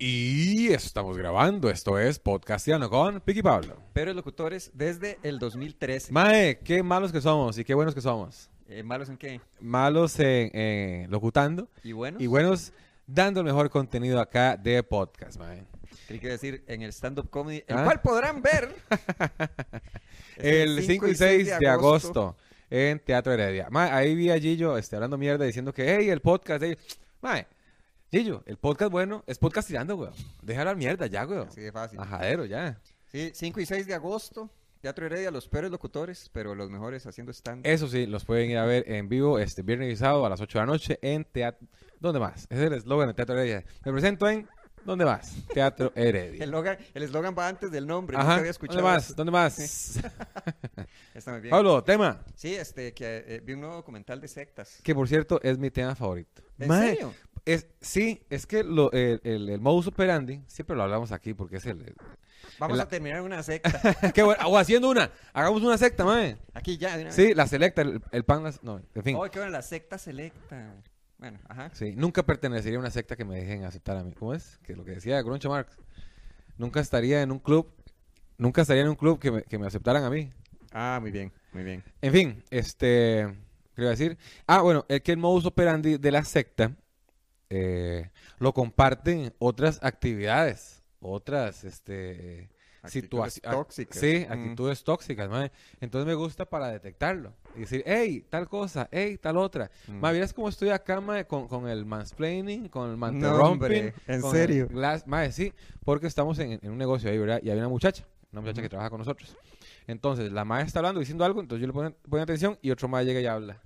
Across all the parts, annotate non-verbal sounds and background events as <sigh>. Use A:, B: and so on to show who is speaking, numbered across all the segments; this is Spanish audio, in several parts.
A: Y estamos grabando, esto es Podcastiano con Piqui Pablo.
B: Pero locutores desde el 2013.
A: Mae, qué malos que somos y qué buenos que somos.
B: Eh, ¿Malos en qué?
A: Malos en, en locutando
B: ¿Y buenos?
A: y buenos dando el mejor contenido acá de podcast, mae.
B: Creí que decir en el stand-up comedy, el
A: Ah.
B: cual podrán
A: <laughs>
B: ver. Es
A: El 5 y 6 de agosto en Teatro Heredia. Mae, ahí vi a Gillo este, hablando mierda diciendo que, hey, el podcast. de Mae, Gillo, el podcast bueno es podcast tirando, weón. Deja hablar mierda ya, weón.
B: Así de fácil.
A: Majadero, ya.
B: Sí, 5 y 6 de agosto. Teatro Heredia, los peores locutores, pero los mejores haciendo stand-up.
A: Eso sí, los pueden ir a ver en vivo este viernes y sábado a las 8 de la noche en Teatro. ¿Dónde más? Ese es el eslogan de Teatro Heredia. Me presento en. ¿Dónde más? Teatro Heredia.
B: El logan- el eslogan va antes del nombre.
A: Ajá.
B: Nunca
A: ¿Dónde
B: había escuchado.
A: más? ¿Dónde más? <laughs>
B: eso. Está muy bien.
A: Pablo, tema.
B: Sí, este, que eh, vi un nuevo documental de sectas.
A: Que por cierto es mi tema favorito.
B: ¿En
A: Mae,
B: serio?
A: Es, sí, es que lo- el, el- el modus operandi, siempre lo hablamos aquí porque es el... <laughs>
B: Vamos
A: la-
B: a terminar en una secta.
A: <laughs> ¡Qué bueno! O haciendo una. Hagamos una secta, mae.
B: Aquí ya, de una vez.
A: Sí, la selecta, el, el pan, las- no, en fin.
B: Oh, qué bueno, la secta selecta. Bueno, ajá.
A: Sí, nunca pertenecería a una secta que me dejen aceptar a mí. ¿Cómo es? Que lo que decía Groucho Marx. Nunca estaría en un club, nunca estaría en un club que me, que me aceptaran a mí.
B: Ah, muy bien, muy bien.
A: En fin, este. ¿Qué iba a decir? Ah, bueno, es que el modus operandi de la secta eh, lo comparten otras actividades, otras este, situaci-
B: Actitudes
A: ac-
B: tóxicas.
A: Sí,
B: Mm.
A: actitudes tóxicas, mae. Entonces me gusta para detectarlo y decir, hey, tal cosa, hey, tal otra.
B: Mm.
A: Mae, vieras cómo estoy acá, mae, con, con el mansplaining, con el
B: hombre,
A: manterromping.
B: ¿en
A: con el
B: serio?
A: glass- mae, sí, porque estamos en, en un negocio ahí, ¿verdad? Y hay una muchacha, una muchacha que trabaja con nosotros. Entonces, la madre está hablando, diciendo algo, entonces yo le pongo, pongo atención y otro madre llega y habla.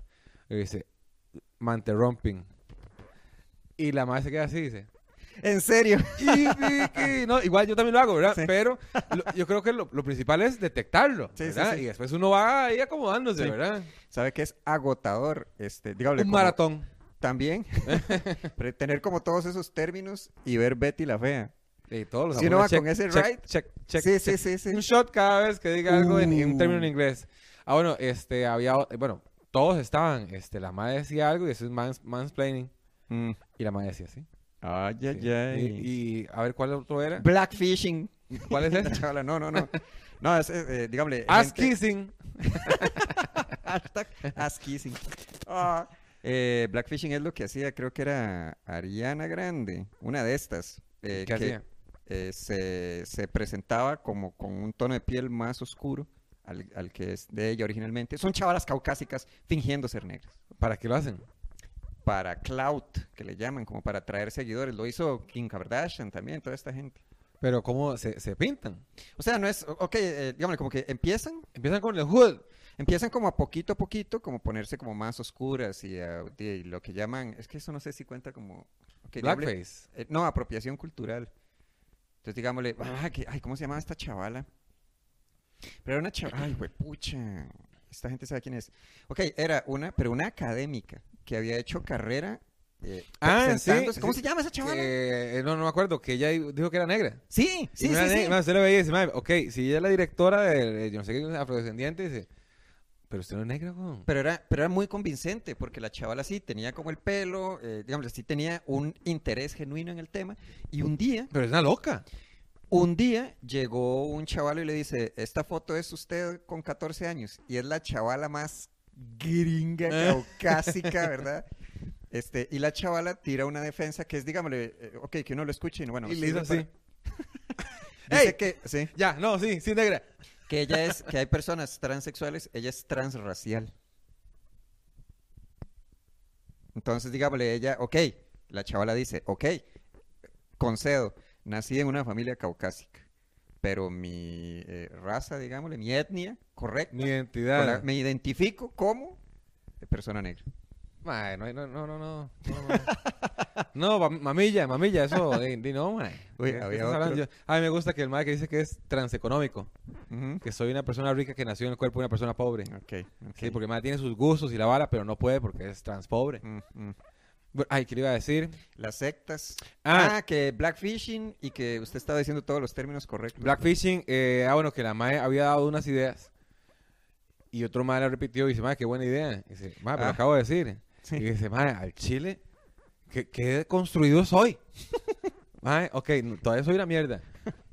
A: Y dice, manterromping. Y la madre se queda así, dice. <laughs>
B: En serio.
A: "Y, Vicky". No, igual yo también lo hago, ¿verdad?
B: Sí.
A: Pero lo- yo creo que lo, lo principal es detectarlo,
B: Sí, sí,
A: ¿verdad?
B: sí.
A: Y después uno va ahí acomodándose,
B: Sí.
A: ¿verdad?
B: ¿Sabe qué es agotador? Este, dígale
A: Un
B: como-
A: maratón. <laughs>
B: También. Pero tener como todos esos términos y ver Betty la fea.
A: Y todos los
B: Si uno
A: japoneses,
B: va con ese
A: check,
B: right,
A: check, check,
B: sí,
A: check.
B: sí, sí, sí.
A: un shot cada vez que diga algo en, en un término en
B: Uh.
A: inglés. Ah, bueno, este, había, o- bueno, todos estaban, este, la madre decía algo y eso es mans, mansplaining.
B: Mm.
A: Y la madre decía, sí.
B: Ay, ay,
A: sí.
B: ay.
A: Y, y a ver, ¿cuál otro era?
B: Blackfishing.
A: ¿Cuál <laughs> es
B: <laughs> La
A: ese?
B: chavala, no, no, no. No, es, es, eh, dígame.
A: Ass
B: gente-
A: kissing.
B: Hashtag ass kissing. Ah, eh, Blackfishing es lo que hacía, creo que era Ariana Grande, una de estas. eh,
A: ¿Qué
B: que
A: hacía?
B: eh, se, se presentaba como con un tono de piel más oscuro al, al que es de ella originalmente. Son chavalas caucásicas fingiendo ser negras.
A: ¿Para qué lo hacen?
B: Para clout, que le llaman, como para atraer seguidores. Lo hizo Kim Kardashian también, toda esta gente.
A: Pero ¿cómo se, se pintan?
B: O sea, no es, ok, eh, digamos, como que empiezan
A: Empiezan con el hood.
B: Empiezan como a poquito a poquito, como ponerse como más oscuras y, a- y lo que llaman, es que eso no sé si cuenta como... ok, diable-
A: Blackface.
B: eh, no, apropiación cultural. Entonces digámosle, ah, que- ay, ¿cómo se llamaba esta chavala? Pero era una chavala, ay, pucha, esta gente sabe quién es. Ok, era una, pero una académica que había hecho carrera eh,
A: Ah, sí,
B: presentándose- ¿Cómo
A: sí,
B: se llama esa chavala?
A: Que, eh, no, no me acuerdo, que ella dijo que era negra.
B: Sí,
A: Y
B: sí,
A: no
B: sí,
A: era
B: sí.
A: negra, no, usted le veía y dice, "Mae, ok, si ella es la directora de, de yo no sé qué, afrodescendiente, dice, pero usted no es negra, weón.
B: Pero era, pero era muy convincente, porque la chavala sí tenía como el pelo, eh, digamos, sí tenía un interés genuino en el tema. Y un día,
A: Pero es una loca.
B: un día llegó un chaval y le dice, esta foto es usted con 14 años. Y es la chavala más gringa,
A: Eh. <laughs>
B: caucásica, ¿verdad? Este, y la chavala tira una defensa que es, digámosle, eh, ok, que uno lo escuche y bueno.
A: y le hizo
B: sirve
A: así.
B: para- Dice
A: ¡Ey!
B: que, sí,
A: Ya, no, sí, sí, negra.
B: que ella es, que hay personas transexuales, ella es transracial. Entonces, digámosle, ella, ok, la chavala dice, ok, concedo, nací en una familia caucásica, pero mi eh, raza, digámosle, mi etnia, correcta,
A: Mi
B: con la-
A: identidad.
B: me identifico como eh, persona negra.
A: Mae, no, no, no, no, no. No, no. No, mam- mamilla, mamilla, eso, di, di no, mae.
B: Uy,
A: ¿Qué
B: había
A: estás
B: otro.
A: hablando? Yo- a mí me gusta que el mae que dice que es transeconómico,
B: Ujú.
A: que soy una persona rica que nació en el cuerpo de una persona pobre.
B: Ok, ok.
A: Sí, porque el mae tiene sus gustos y la vara, pero no puede porque es transpobre.
B: Mm, mm.
A: Bu- Ay, ¿qué le iba a decir?
B: Las sectas.
A: Ah.
B: Ah, que blackfishing y que usted estaba diciendo todos los términos correctos.
A: Blackfishing, eh, ah, bueno, que la mae había dado unas ideas y otro mae la repitió y dice, mae, qué buena idea. Y dice, mae, pero
B: Ah.
A: acabo de decir.
B: Sí. <laughs>
A: Y dice, mae, al chile, ¿qué, qué construido soy? Mae, ok, no, todavía soy una mierda.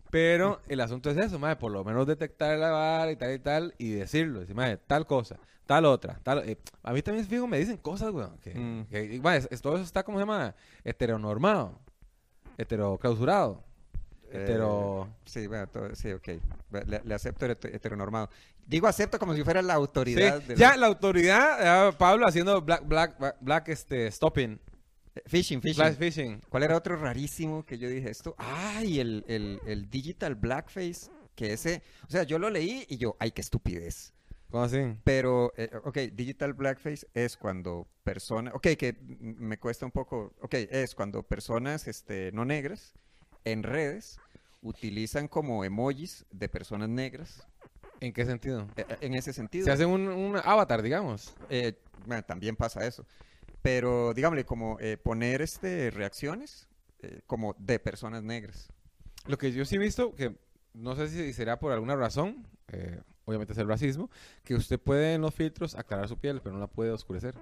A: Pero el asunto es eso, mae, por lo menos detectar la vara y tal y tal y decirlo. Decir, mae, tal cosa, tal otra, tal... eh, a mí también, fijo, me dicen cosas, weón. Que,
B: Mm.
A: que- y, mae, es- es- todo eso está, ¿cómo se llama? Heteronormado. Heteroclausurado.
B: Eh,
A: Hetero...
B: Sí, bueno, todo- sí, ok. Ve- Le, le acepto el heter- heteronormado. Digo acepto como si fuera la autoridad.
A: Sí,
B: de
A: Ya
B: la-
A: la autoridad, eh, Pablo haciendo black, black, black, este, stopping,
B: Eh, Phishing, phishing.
A: flash fishing.
B: ¿Cuál era otro rarísimo que yo dije esto? Ay, el, el, el digital blackface, que ese, o sea, yo lo leí y yo, ay, qué estupidez.
A: ¿Cómo así?
B: Pero, eh, ok, digital blackface es cuando personas, ok, que m- me cuesta un poco, ok, es cuando personas este, no negras en redes utilizan como emojis de personas negras
A: ¿En qué sentido?
B: eh, eh, en ese sentido.
A: Se hace un, un avatar, digamos.
B: Eh, bueno, también pasa eso. Pero, digámosle, como eh, poner este, reacciones eh, como de personas negras.
A: Lo que yo sí he visto, que no sé si será por alguna razón, eh, obviamente es el racismo, que usted puede en los filtros aclarar su piel, pero no la puede oscurecer.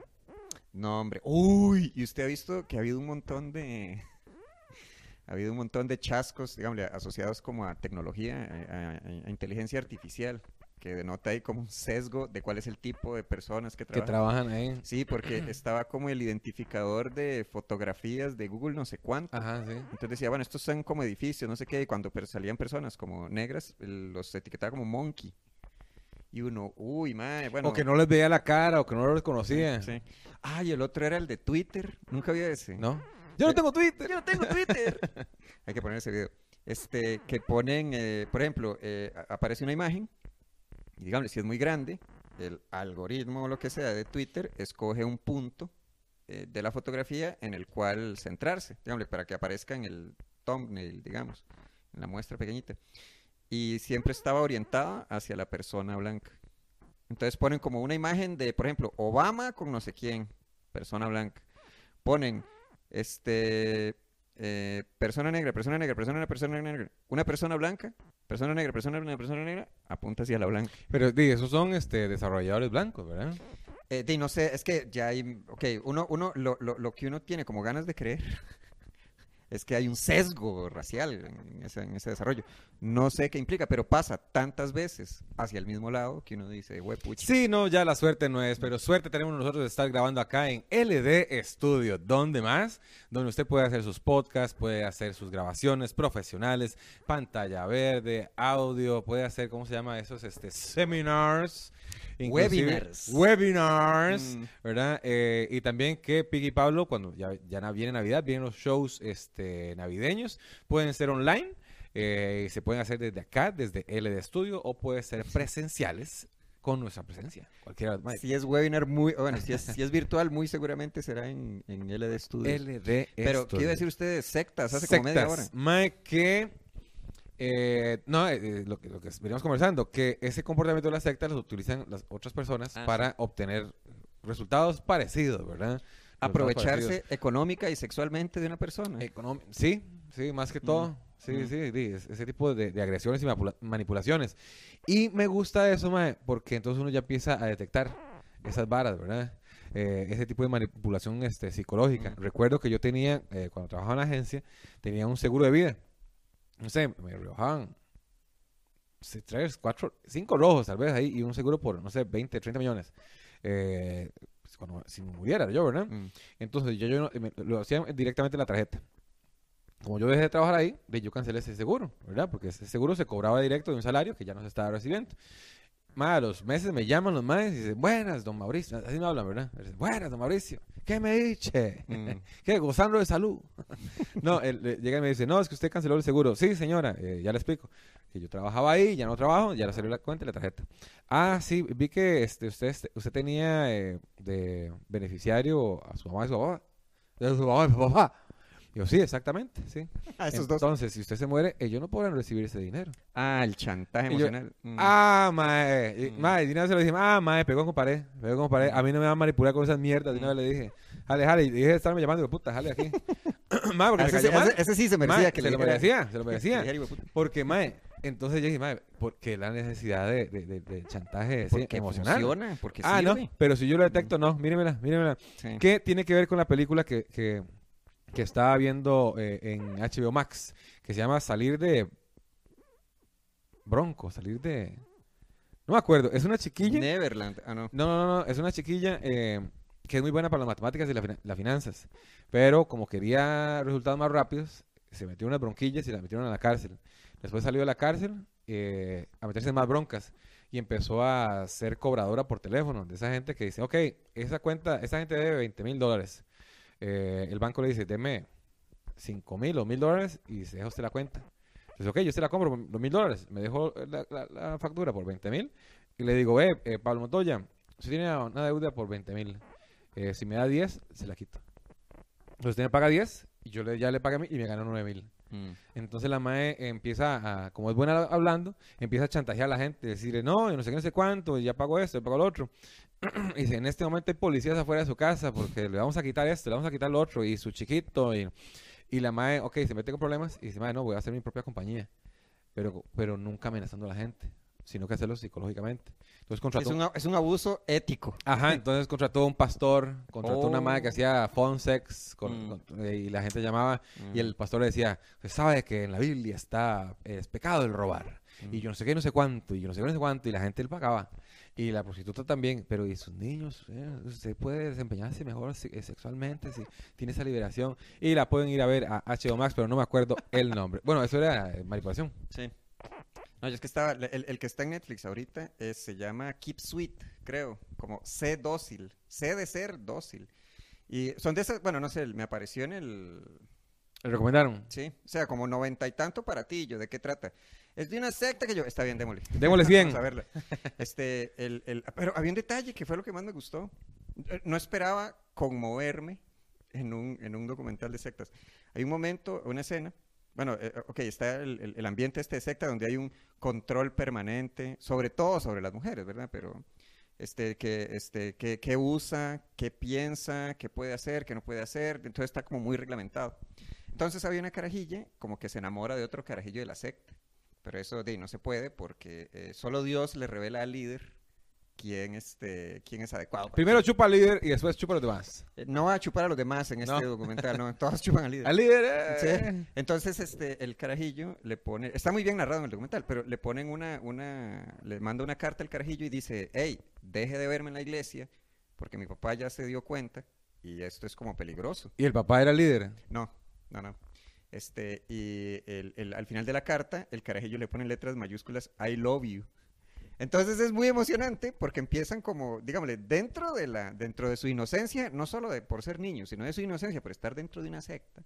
B: No, hombre. Uy, y usted ha visto que ha habido un montón de. <laughs> Ha habido un montón de chascos, digámosle, asociados como a tecnología, a, a- a inteligencia artificial, que denota ahí como un sesgo de cuál es el tipo de personas que
A: Que
B: trabajan.
A: trabajan ahí.
B: sí, porque estaba como el identificador de fotografías de Google no sé cuánto.
A: Ajá, sí.
B: Entonces decía, bueno, estos son como edificios, no sé qué, y cuando per- salían personas como negras, el- los etiquetaba como monkey. Y uno, uy, madre, bueno.
A: o que no les veía la cara, o que no lo reconocía.
B: Sí. Ah, y el otro era el de Twitter. Nunca vi ese.
A: ¿No? Yo no tengo Twitter.
B: Yo no tengo Twitter. <laughs> Hay que poner ese video. Este, que ponen, eh, por ejemplo, eh, a- aparece una imagen, y digamos, si es muy grande, el algoritmo o lo que sea de Twitter escoge un punto eh, de la fotografía en el cual centrarse, digamos, para que aparezca en el thumbnail, digamos, en la muestra pequeñita. Y siempre estaba orientada hacia la persona blanca. Entonces ponen como una imagen de, por ejemplo, Obama con no sé quién, persona blanca. Ponen, este, eh, persona negra, persona negra, persona negra, persona negra, una persona blanca, persona negra, persona negra, persona negra, apunta hacia la blanca.
A: Pero di, esos son este, desarrolladores blancos, ¿verdad?
B: Eh, di, no sé, es que ya hay, ok, uno, uno, lo, lo- lo que uno tiene como ganas de creer <laughs> es que hay un sesgo racial en, en ese, en ese desarrollo. No sé qué implica, pero pasa tantas veces hacia el mismo lado que uno dice, güey, pucha".
A: Sí, no, ya la suerte no es, pero suerte tenemos nosotros de estar grabando acá en LD Studio, donde más, donde usted puede hacer sus podcasts, puede hacer sus grabaciones profesionales, pantalla verde, audio, puede hacer, ¿cómo se llama? Esos este, seminars. inclusive-
B: Webinars.
A: Webinars,
B: Mm.
A: ¿verdad? Eh, y también que Piggy y Pablo, cuando ya, ya na- viene Navidad, vienen los shows este, navideños, pueden ser online. eh, y se pueden hacer desde acá, desde LD Studio, o puede ser presenciales con nuestra presencia. Cualquiera. mae,
B: Si es webinar muy, bueno, si es, si es virtual, muy seguramente será en, en LD Studio.
A: LD
B: Pero, ¿qué
A: Studio.
B: iba a decir ustedes? Sectas, hace como media hora.
A: sectas. Mae, que. eh, no, eh, eh, lo, que, lo que veníamos conversando, que ese comportamiento de las sectas lo utilizan las otras personas
B: Ah,
A: para obtener resultados parecidos, ¿verdad? Resultados
B: aprovecharse económica y sexualmente de una persona.
A: Economi- sí, sí, más que todo. Sí,
B: Mm.
A: sí, sí, es- ese tipo de, de agresiones y manipula- manipulaciones. Y me gusta eso, mae, porque entonces uno ya empieza a detectar esas varas, ¿verdad? Eh, ese tipo de manipulación este, psicológica.
B: Mm.
A: Recuerdo que yo tenía, eh, cuando trabajaba en la agencia, tenía un seguro de vida. No sé, me rebajaban se- tres, cuatro, cinco rojos tal vez ahí y un seguro por, no sé, 20, 30 millones. Eh, pues, cuando- si me muriera yo, ¿verdad?
B: Mm.
A: Entonces yo, yo no- me- lo hacía directamente en la tarjeta. Como yo dejé de trabajar ahí, ve, yo cancelé ese seguro, ¿verdad? Porque ese seguro se cobraba directo de un salario que ya no se estaba recibiendo. Más a los meses me llaman los madres y dicen, buenas, don Mauricio. Así me hablan, ¿verdad? Dicen, buenas, don Mauricio. ¿Qué me dice?
B: <laughs> Mm.
A: ¿Qué? Gozando de salud. <laughs> no, él, eh, llega y me dice, no, es que usted canceló el seguro. Sí, señora, eh, ya le explico. Que yo trabajaba ahí, ya no trabajo, ya le salió la cuenta y la tarjeta. Ah, sí, vi que este, usted, este, usted tenía eh, de beneficiario a su mamá y su papá. De su mamá y su papá. Yo, sí, exactamente, sí.
B: Ah, esos dos.
A: Entonces, si usted se muere, ellos no podrán recibir ese dinero.
B: Ah, el chantaje
A: Y yo-
B: emocional. Mm.
A: Ah, mae. Y-
B: Mm.
A: Mae, de una vez se lo dije, ah, mae, pegó con pared, pegó con pared. A mí no me va a manipular con esas mierdas, de una vez le dije. Jale, jale, y dije de estarme llamando, hijo de puta,
B: <laughs>
A: jale aquí. <coughs> mae, porque me
B: Ah, ese,
A: cayó
B: sí-
A: mal.
B: ese- ese sí se merecía
A: Mae,
B: que
A: se
B: le Pues
A: lo
B: dijera-
A: merecía, se lo
B: que le
A: merecía.
B: dijera, "Hijueputa".
A: Porque, mae, entonces yo dije, mae, ¿por qué la necesidad de, de- de- de chantaje sí,
B: Porque
A: emocional?
B: funciona, porque
A: ah, no,
B: sirve. Mm.
A: pero si yo lo detecto, no, míremela, míremela.
B: Sí.
A: ¿Qué tiene que ver con la película que, que, que estaba viendo eh, en HBO Max, que se llama Salir de Bronco, salir de... No me acuerdo, es una chiquilla...
B: Neverland. Ah, no.
A: No, no, no, no, es una chiquilla eh, que es muy buena para las matemáticas y la fina- las finanzas, pero como quería resultados más rápidos, se metió en unas bronquillas y la metieron a la cárcel. Después salió de la cárcel eh, a meterse en más broncas y empezó a ser cobradora por teléfono de esa gente que dice, ok, esa cuenta, esa gente debe 20 mil dólares. Eh, el banco le dice, deme 5 mil o mil dólares y se deja usted la cuenta. Entonces, ok, yo se la compro por los mil dólares. Me dejó la, la- la factura por 20 mil y le digo, eh, eh, Pablo Montoya, usted tiene una deuda por 20 mil. eh, si me da 10, se la quito. Entonces usted me paga 10 y yo le, ya le pagué a mí y me ganó 9 mil.
B: Mm.
A: Entonces la mae empieza a, como es buena hablando, empieza a chantajear a la gente, decirle, no, yo no sé qué, no sé cuánto, ya pago esto, ya pago lo otro. <clears throat> y dice, en este momento hay policías afuera de su casa porque le vamos a quitar esto, le vamos a quitar lo otro, y su chiquito, y, y la mae, ok, se mete con problemas y dice, mae, no, voy a hacer mi propia compañía, pero, pero nunca amenazando a la gente, sino que hacerlo psicológicamente. Entonces
B: Es,
A: contrató...
B: un, a- es un abuso ético. <laughs>
A: Ajá, entonces contrató a un pastor, contrató a una madre que
B: Oh.
A: hacía phone sex con-
B: Mm.
A: con- eh, y la gente llamaba y el pastor le decía, se sabe que en la Biblia está, es pecado el robar.
B: mm.
A: Y yo no sé qué, no sé cuánto, y yo no sé qué, no sé cuánto, y la gente le pagaba. Y la prostituta también, pero y sus niños, Eh, usted puede desempeñarse mejor se- eh, sexualmente si tiene esa liberación. Y la pueden ir a ver a HBO Max, pero no me acuerdo el nombre. Bueno, eso era eh, manipulación.
B: Sí. No, yo es que estaba. El, el que está en Netflix ahorita eh, se llama Keep Sweet, creo. Como sé dócil. Sé de ser dócil. Y son de esas. Bueno, no sé, me apareció en el.
A: ¿Le recomendaron?
B: Sí, o sea, como noventa y tanto para ti. Yo, ¿de qué trata? Es de una secta que yo. Está bien, démosle.
A: Démosle 100.
B: <laughs> Vamos a verla. Este, el, el- pero había un detalle que fue lo que más me gustó. Eh, No esperaba conmoverme en un, en un documental de sectas. Hay un momento, una escena. Bueno, eh, ok, está el, el- el ambiente este de secta donde hay un control permanente, sobre todo sobre las mujeres, ¿verdad? Pero este, que, este, que, que usa, qué piensa, qué puede hacer, qué no puede hacer. Entonces está como muy reglamentado. Entonces había una carajilla como que se enamora de otro carajillo de la secta. Pero eso de, ahí, no se puede porque eh, solo Dios le revela al líder quién, este, quién es adecuado. para
A: Primero chupa al líder y después chupa a los demás.
B: eh, No va a chupar a los demás en este
A: No. <laughs>
B: documental, no, todos chupan al líder.
A: Al líder.
B: Sí.
A: eh.
B: Entonces, este, el carajillo le pone, está muy bien narrado en el documental, pero le ponen una, una, le manda una carta al carajillo y dice, hey, deje de verme en la iglesia, porque mi papá ya se dio cuenta y esto es como peligroso.
A: Y el papá era líder.
B: No, no, no. Este, y el- el- al final de la carta, el carajillo le pone en letras mayúsculas, I love you. Entonces es muy emocionante porque empiezan como, digámosle, dentro de, la, dentro de su inocencia, no solo de, por ser niños, sino de su inocencia, por estar dentro de una secta,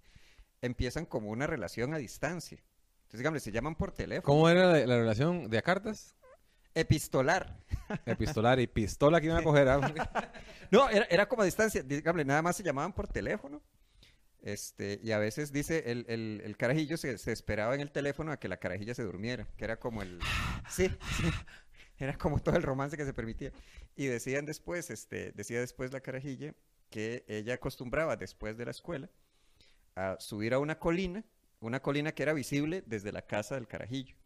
B: empiezan como una relación a distancia. Entonces, digámosle, se llaman por teléfono.
A: ¿Cómo era la, la relación de a cartas?
B: Epistolar.
A: Epistolar y pistola que iban a coger. ah. <laughs>
B: No, era, era como a distancia. Dígame, nada más se llamaban por teléfono. Este, y a veces dice, el, el- el carajillo se, se esperaba en el teléfono a que la carajilla se durmiera, que era como el... Sí, sí. Era como todo el romance que se permitía. Y decían después, este, decía después la carajilla que ella acostumbraba después de la escuela a subir a una colina, una colina que era visible desde la casa del carajillo.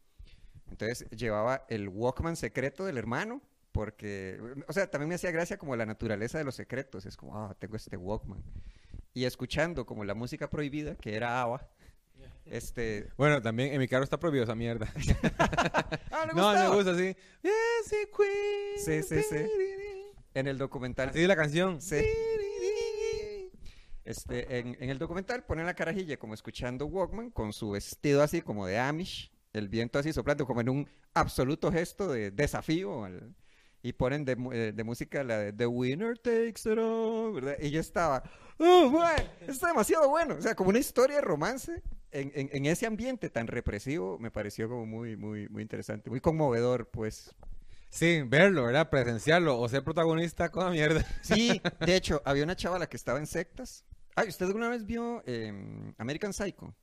B: Entonces llevaba el Walkman secreto del hermano, porque, o sea, también me hacía gracia como la naturaleza de los secretos, es como, ah, tengo este Walkman. Y escuchando como la música prohibida, que era ABBA, este...
A: Bueno, también en mi carro está prohibido esa mierda.
B: Ah, le
A: No, me
B: gustaba.
A: gusta así. Yes, it queen.
B: Sí, sí, sí. En el documental...
A: Así es la canción.
B: Sí. Este, en, en el documental ponen la carajilla como escuchando Walkman con su vestido así como de Amish, el viento así soplando como en un absoluto gesto de desafío. al- y ponen de, mu- eh, de música la de The Winner Takes It All, ¿verdad? Y yo estaba, ¡oh, man! Está demasiado bueno. O sea, como una historia de romance en, en- en ese ambiente tan represivo me pareció como muy, muy, muy interesante, muy conmovedor, pues.
A: Sí, verlo, ¿verdad? Presenciarlo o ser protagonista con la mierda.
B: Sí, de hecho, había una chavala que estaba en sectas. Ay, ¿usted alguna vez vio em, American Psycho?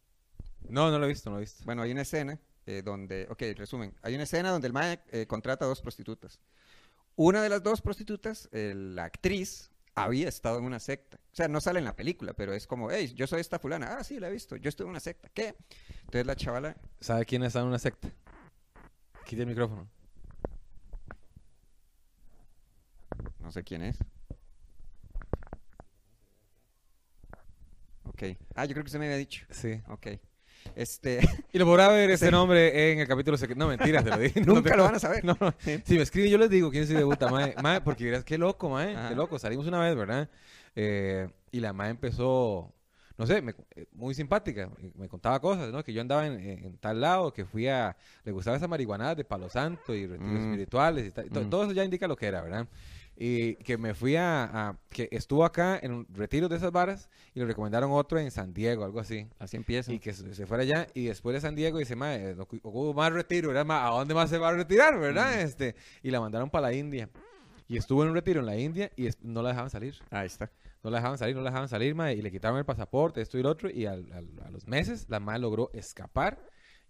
A: No, no lo he visto, no lo he visto.
B: Bueno, hay una escena eh, donde, ok, resumen, hay una escena donde el mae eh, contrata a dos prostitutas. Una de las dos prostitutas, eh, la actriz, había estado en una secta. O sea, no sale en la película, pero es como, hey, yo soy esta fulana. Ah, sí, la he visto. Yo estuve en una secta. ¿Qué? Entonces la chavala,
A: ¿Sabe quién está en una secta? Quita el micrófono.
B: no sé quién es. Ok. Ah, yo creo que usted me había dicho.
A: Sí.
B: Ok. Este,
A: Y lo podrá ver
B: Sí.
A: ese nombre en el capítulo secreto. No, mentira, te lo
B: <laughs>
A: dije. No
B: nunca
A: te-
B: lo van a saber.
A: <laughs> No, no.
B: Sí.
A: Si me escriben, yo les digo quién se debuta, mae. Mae, porque verás, qué loco, mae.
B: Ajá.
A: Qué loco. Salimos una vez, ¿verdad? Eh, y la mae empezó, no sé, me- eh, muy simpática. eh, Me contaba cosas, ¿no? Que yo andaba en, en- en tal lado, que fui a. Le gustaba esa marihuanada de Palo Santo y retiros
B: Mm.
A: espirituales y tal. To-
B: Mm.
A: Todo eso ya indica lo que era, ¿verdad? Y que me fui a, a- Que estuvo acá en un retiro de esas varas y le recomendaron otro en San Diego, algo así.
B: Así empieza.
A: Y que se se fuera allá y después de San Diego dice, mae, lo que- ocupo más retiro, ¿verdad? Ma, ¿A dónde más se va a retirar, verdad? Este, y la mandaron para la India. Y estuvo en un retiro en la India y es- no la dejaban salir.
B: Ahí está.
A: No la dejaban salir, no la dejaban salir, mae, y le quitaron el pasaporte, esto y lo otro. Y al- al- a los meses la madre logró escapar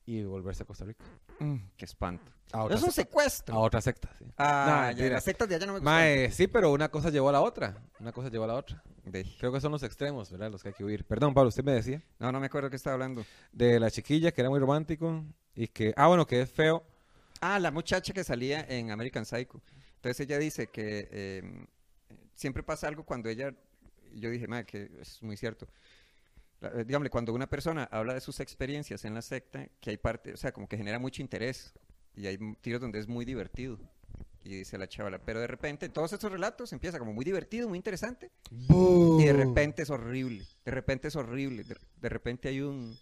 A: y volverse a Costa Rica.
B: Mm, qué espanto.
A: A Ah, otra,
B: Es un
A: secta,
B: secuestro.
A: a otra secta, sí.
B: Ah,
A: No,
B: ya,
A: mentira.
B: las sectas de allá no me gustan.
A: Mae, sí, pero una cosa llevó a la otra. Una cosa llevó a la otra.
B: De-
A: Creo que son los extremos, ¿verdad? Los que hay que huir. Perdón, Pablo, usted me decía.
B: No, no me acuerdo qué estaba hablando.
A: de la chiquilla que era muy romántico y que, ah, bueno, que es feo.
B: Ah, la muchacha que salía en American Psycho. Entonces ella dice que eh, siempre pasa algo cuando ella, yo dije, madre, que es muy cierto. La- eh, Dígame, cuando una persona habla de sus experiencias en la secta, que hay parte, o sea, como que genera mucho interés. Y hay m- tiros donde es muy divertido. Y dice la chavala, pero de repente, todos estos relatos empieza como muy divertido, muy interesante. Y de
A: Mm.
B: repente es horrible. De repente es horrible. De, de repente hay un,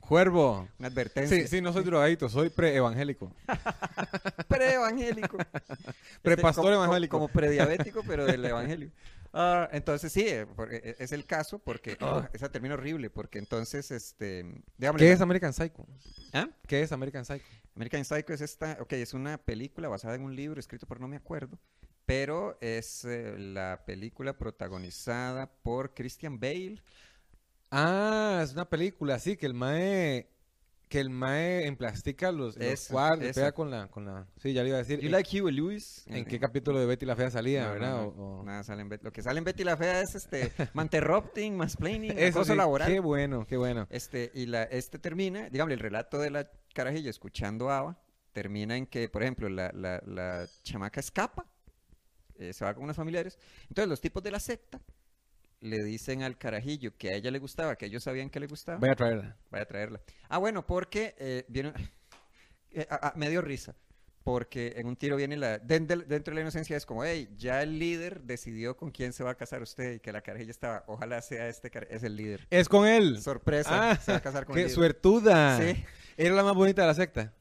A: Cuervo.
B: una
A: Sí,
B: advertencia.
A: sí, no soy drogadito, soy pre-evangélico.
B: <laughs> Pre-evangélico.
A: <laughs> Prepastor
B: Este, como-
A: evangélico.
B: Como, como prediabético, pero
A: <laughs>
B: del evangelio. Ah, entonces sí, eh, porque e- es el caso porque ah, esa termina horrible, porque entonces este, digamos,
A: ¿Qué es American Psycho?
B: ¿Ah?
A: ¿Qué es American Psycho?
B: American Psycho es esta, ok, es una película basada en un libro escrito por no me acuerdo, pero es eh, la película protagonizada por Christian Bale.
A: Ah, es una película, sí, que el mae que el mae emplastica los, los
B: Esa,
A: cuadros, le
B: esa.
A: pega con la con la Sí, ya le iba a decir.
B: You
A: ¿En,
B: like Huey Lewis?
A: en qué capítulo de Betty la fea salía,
B: No, no,
A: verdad?
B: no,
A: O- o-
B: nada sale en Bet- lo que sale en Betty la Fea
A: <laughs>
B: es este manterrupting, mansplaining,
A: Eso
B: acoso
A: sí,
B: laboral.
A: Qué bueno, qué bueno.
B: Este, y la, este termina, digamos, el relato de la carajilla escuchando a Ava termina en que, por ejemplo, la, la- la chamaca escapa, eh, se va con unos familiares. Entonces, los tipos de la secta le dicen al carajillo que a ella le gustaba, que ellos sabían que le gustaba,
A: Voy a traerla.
B: vaya a traerla. Ah, bueno, porque eh, viene- eh, ah, ah, me dio risa. Porque en un tiro viene la. den- del- Dentro de la inocencia es como, hey, ya el líder decidió con quién se va a casar usted y que la carajilla estaba. Ojalá sea este, car- es el líder.
A: Es con él.
B: Sorpresa,
A: Ah,
B: se va a casar con
A: qué
B: el líder.
A: suertuda.
B: Sí.
A: Era la más bonita de la secta.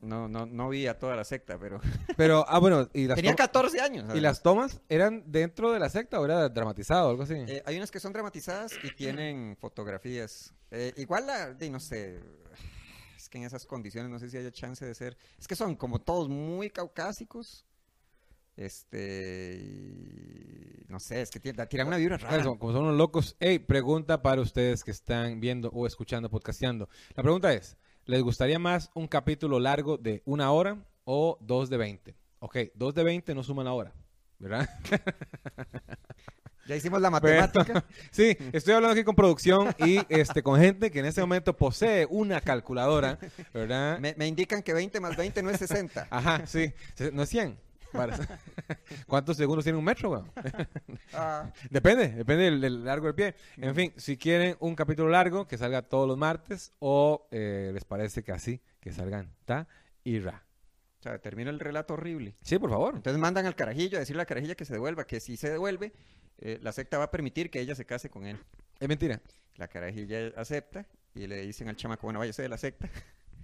B: No, no, no vi a toda la secta, pero.
A: Pero ah bueno, y las
B: Tenía
A: tomas-
B: 14 años.
A: ¿Y
B: además.
A: las tomas eran dentro de la secta o era dramatizado o algo así?
B: Eh, hay unas que son dramatizadas y tienen fotografías. Eh, igual la, de, no sé. Es que en esas condiciones no sé si haya chance de ser. Es que son como todos muy caucásicos. Este. y no sé, es que tiran, tiran una vibra
A: Claro,
B: rara.
A: son- como son unos locos. Hey, pregunta para ustedes que están viendo o escuchando, podcasteando. La pregunta es, ¿les gustaría más un capítulo largo de una hora o dos de 20? Ok, dos de 20 no suman la hora, ¿verdad? <laughs>
B: Ya hicimos la
A: Pero-
B: matemática.
A: sí, estoy hablando aquí con producción y este con gente que en este momento posee una calculadora, ¿verdad?
B: <laughs> me, me indican que 20 más 20 no es 60.
A: Ajá, sí. ¿No es 100? Para- <laughs> ¿Cuántos segundos tiene un metro, weón?
B: Ah,
A: Depende, depende del, del largo del pie. En fin, si quieren un capítulo largo que salga todos los martes o eh, les parece que así, que salgan ta y ra.
B: o sea, termina el relato horrible.
A: Sí, por favor.
B: Entonces mandan al carajillo a decirle al carajilla que se devuelva, que si se devuelve, eh, la secta va a permitir que ella se case con él.
A: Es mentira.
B: La carajilla acepta y le dicen al chamaco, bueno, váyase de la secta. <laughs>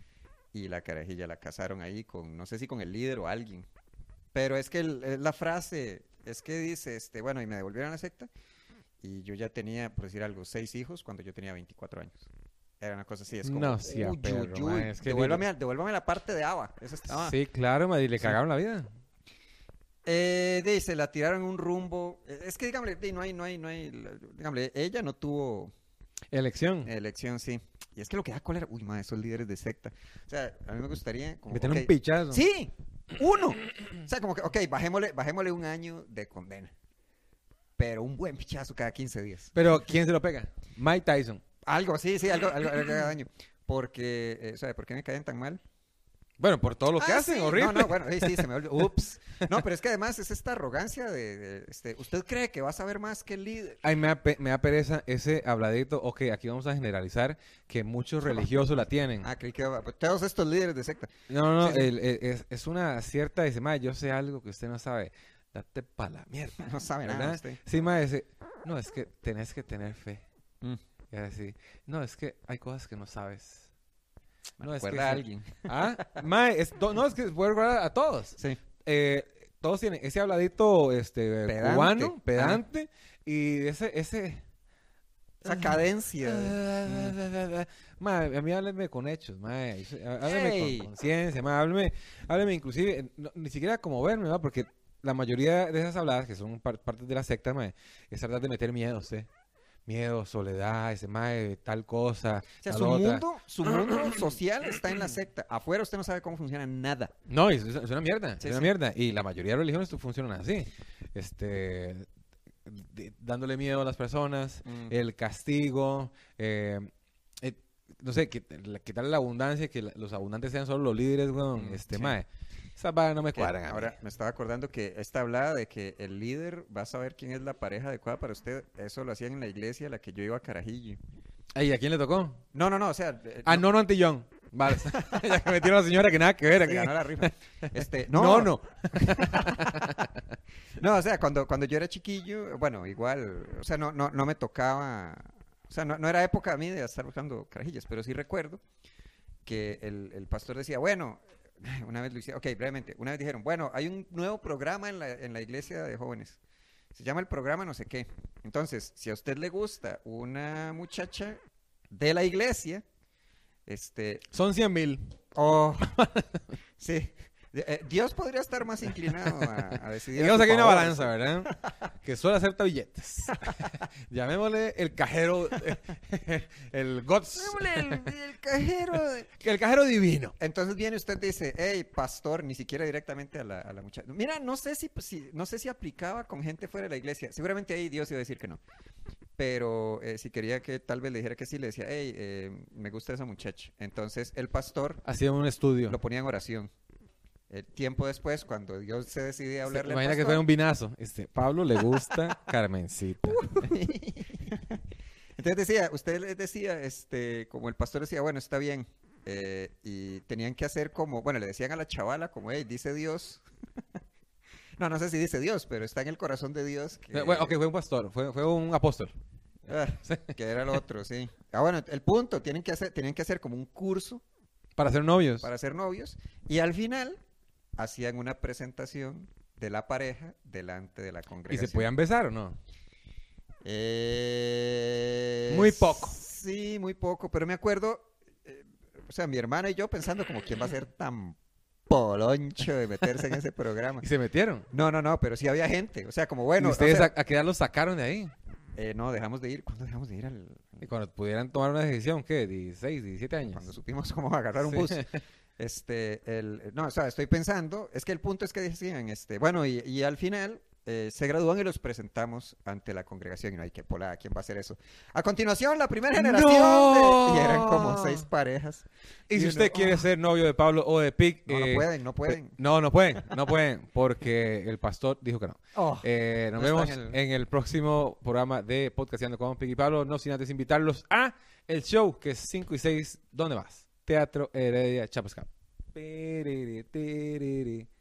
B: Y la carajilla la casaron ahí con, no sé si con el líder o alguien. Pero es que el- es la frase, es que dice, este, bueno, y me devolvieron a la secta. Y yo ya tenía, por decir algo, seis hijos cuando yo tenía 24 años. Era una cosa así, es como,
A: No, sí, a
B: "Uy,
A: perro,
B: uy,
A: ma,
B: uy,
A: es que
B: devuélvame, a- devuélvame la parte de Ava. Esa ah. estaba-
A: Sí, claro, madre, y le
B: Sí.
A: cagaron la vida.
B: Eh, de, se la tiraron un rumbo. eh, Es que, dígame, de, no hay, no hay, no hay, la- dígame, ella no tuvo
A: Elección.
B: Eh, Elección, sí. Y es que lo que da cólera, uy, madre, esos líderes de secta. O sea, a mí me gustaría. Como,
A: Meter
B: ok,
A: un pichazo.
B: Sí, uno. O sea, como que, ok, bajémosle, bajémosle un año de condena. Pero un buen pichazo cada 15 días.
A: Pero ¿quién se lo pega? Mike Tyson.
B: Algo, sí, sí, algo, algo, algo cada año. Porque, eh, o sea, ¿por qué me caen tan mal?
A: Bueno, por todo lo que
B: Ah,
A: hacen,
B: sí.
A: horrible.
B: No, no, bueno, sí, sí, se me olvidó. Ups. No, pero es que además es esta arrogancia de, de, este, usted cree que va a saber más que el líder.
A: Ay, me da, pe- me da pereza ese habladito, ok, aquí vamos a generalizar que
B: <laughs>
A: muchos religiosos la tienen.
B: Ah, creí que va- todos estos líderes de secta.
A: No, no, no,
B: Sí, sí.
A: el- el- es, es una cierta, dice, ma, yo sé algo que usted no sabe, date pa' la mierda.
B: No sabe
A: ¿verdad?
B: nada usted.
A: Sí, ma, dice, no, es que tenés que tener fe.
B: Mm.
A: Y así, no, es que hay cosas que no sabes. No, es que
B: Recuerda a
A: se-
B: alguien.
A: <laughs> Ah, ma, es, to- no, es que puede recordar a todos.
B: Sí.
A: eh, todos tienen ese habladito este eh,
B: Pedante.
A: cubano, pedante, y ese, ese
B: Esa cadencia.
A: Eh,
B: de- mm.
A: Mae, a mí hábleme con hechos, mae. Hábleme
B: Ey.
A: con conciencia, mae. Hábleme, hábleme inclusive, eh, no- ni siquiera como verme, ¿verdad? Porque la mayoría de esas habladas, que son par- partes de la secta, mae, es tratar de meter miedo, ¿sí? Miedo, soledad, ese mae, tal cosa.
B: O sea,
A: tal
B: su
A: otra.
B: mundo, su mundo social está en la secta. Afuera usted no sabe cómo funciona nada.
A: No, es, es- es una mierda,
B: Sí,
A: es una
B: sí.
A: mierda. Y la mayoría de religiones tu- funcionan así. Este, de- dándole miedo a las personas,
B: Eh,
A: el castigo, eh, eh, no sé, quit- la- quitarle la abundancia, que la- los abundantes sean solo los líderes, weón.
B: Mm,
A: este,
B: sí.
A: mae, esas varas no me
B: Que
A: cuadran a mí.
B: ahora me estaba acordando que esta hablada de que el líder va a saber quién es la pareja adecuada para usted, eso lo hacían en la iglesia a la que yo iba a Carajillo.
A: Ey, ¿a quién le tocó?
B: No, no, no, o sea, eh,
A: Ah, no, no, Antillón. Vale, <laughs> ya que metieron a la señora que nada que ver
B: se
A: aquí.
B: ganó la <laughs> rifa. Este,
A: No,
B: no,
A: no.
B: No, o sea, cuando, cuando yo era chiquillo, bueno, igual, o sea, no, no, no me tocaba, o sea, no, no era época a mí de estar buscando carajillas, pero sí recuerdo que el, el pastor decía, bueno, <laughs> una vez lo hicieron, ok, brevemente, una vez dijeron, bueno, hay un nuevo programa en la, en la iglesia de jóvenes, se llama el programa no sé qué, entonces, si a usted le gusta una muchacha de la iglesia, este,
A: Son 100 mil.
B: oh, <laughs> sí. eh, Dios podría estar más inclinado a, a decidir. a
A: Digamos
B: su
A: aquí hay una
B: favor,
A: balanza, ¿verdad? que solo acepta billetes. <laughs> Llamémosle el cajero, <laughs> eh, el GOTS, el cajero divino.
B: <laughs> Entonces viene usted dice, hey, pastor, ni siquiera directamente a la, a la muchacha. Mira, no sé si, pues, si- no sé si aplicaba con gente fuera de la iglesia. Seguramente ahí Dios iba a decir que no. Pero eh, si quería que tal vez le dijera que sí, le decía, hey, eh, me gusta esa muchacha. Entonces el pastor
A: Hacía un estudio.
B: lo ponía en oración. El tiempo después, cuando Dios se decide
A: Se-
B: a hablarle al
A: Imagina que
B: pastor,
A: fuera un vinazo. Este, Pablo le
B: <laughs>
A: gusta Carmencita.
B: Entonces decía, usted les decía, este, como el pastor decía, bueno, está bien. eh, y tenían que hacer como, bueno, le decían a la chavala, como, hey, dice Dios. <laughs> no, no sé si dice Dios, pero está en el corazón de Dios. Que,
A: Eh, Bueno, ok, fue un pastor, fue, fue un apóstol.
B: Ah,
A: <laughs>
B: que era el otro, sí. Ah, bueno, el punto, tienen que hacer, tenían que hacer como un curso
A: Para ser novios.
B: para ser novios. Y al final hacían una presentación de la pareja delante de la
A: ¿Y
B: congregación.
A: se podían besar o no?
B: Eh,
A: Muy poco.
B: Sí, muy poco, pero me acuerdo, eh, o sea, mi hermana y yo pensando como quién va a ser tan poloncho de meterse en ese programa.
A: Y se metieron.
B: No, no, no, pero sí había gente, o sea, como bueno,
A: y
B: o
A: ustedes
B: sea,
A: a, a qué edad los sacaron de ahí.
B: eh, no, dejamos de ir, ¿cuándo dejamos de ir al...
A: Y cuando pudieran tomar una decisión, ¿qué? 16, 17 años.
B: Cuando supimos cómo agarrar un
A: Sí. <laughs>
B: bus. Este, el, no, o sea, estoy pensando, es que el punto es que decían, este, bueno, y, y al final eh, se gradúan y los presentamos ante la congregación. Y no hay que pola, ¿quién va a hacer eso? A continuación, la primera generación. de- y eran como
A: ¡No!
B: seis parejas.
A: Y
B: Y
A: si
B: uno,
A: usted quiere
B: ah.
A: ser novio de Pablo o de Pic, eh,
B: No, no pueden, no pueden.
A: pe- No, no pueden, no pueden, porque el pastor dijo que no.
B: Oh,
A: Eh, nos
B: No
A: vemos
B: están en
A: en el...
B: el-
A: próximo programa de Podcasteando con Piqui Pablo. No sin antes invitarlos a el show que es 5 y 6. ¿Dónde vas? Teatro Heredia Chapascap. Piriri, tiriri.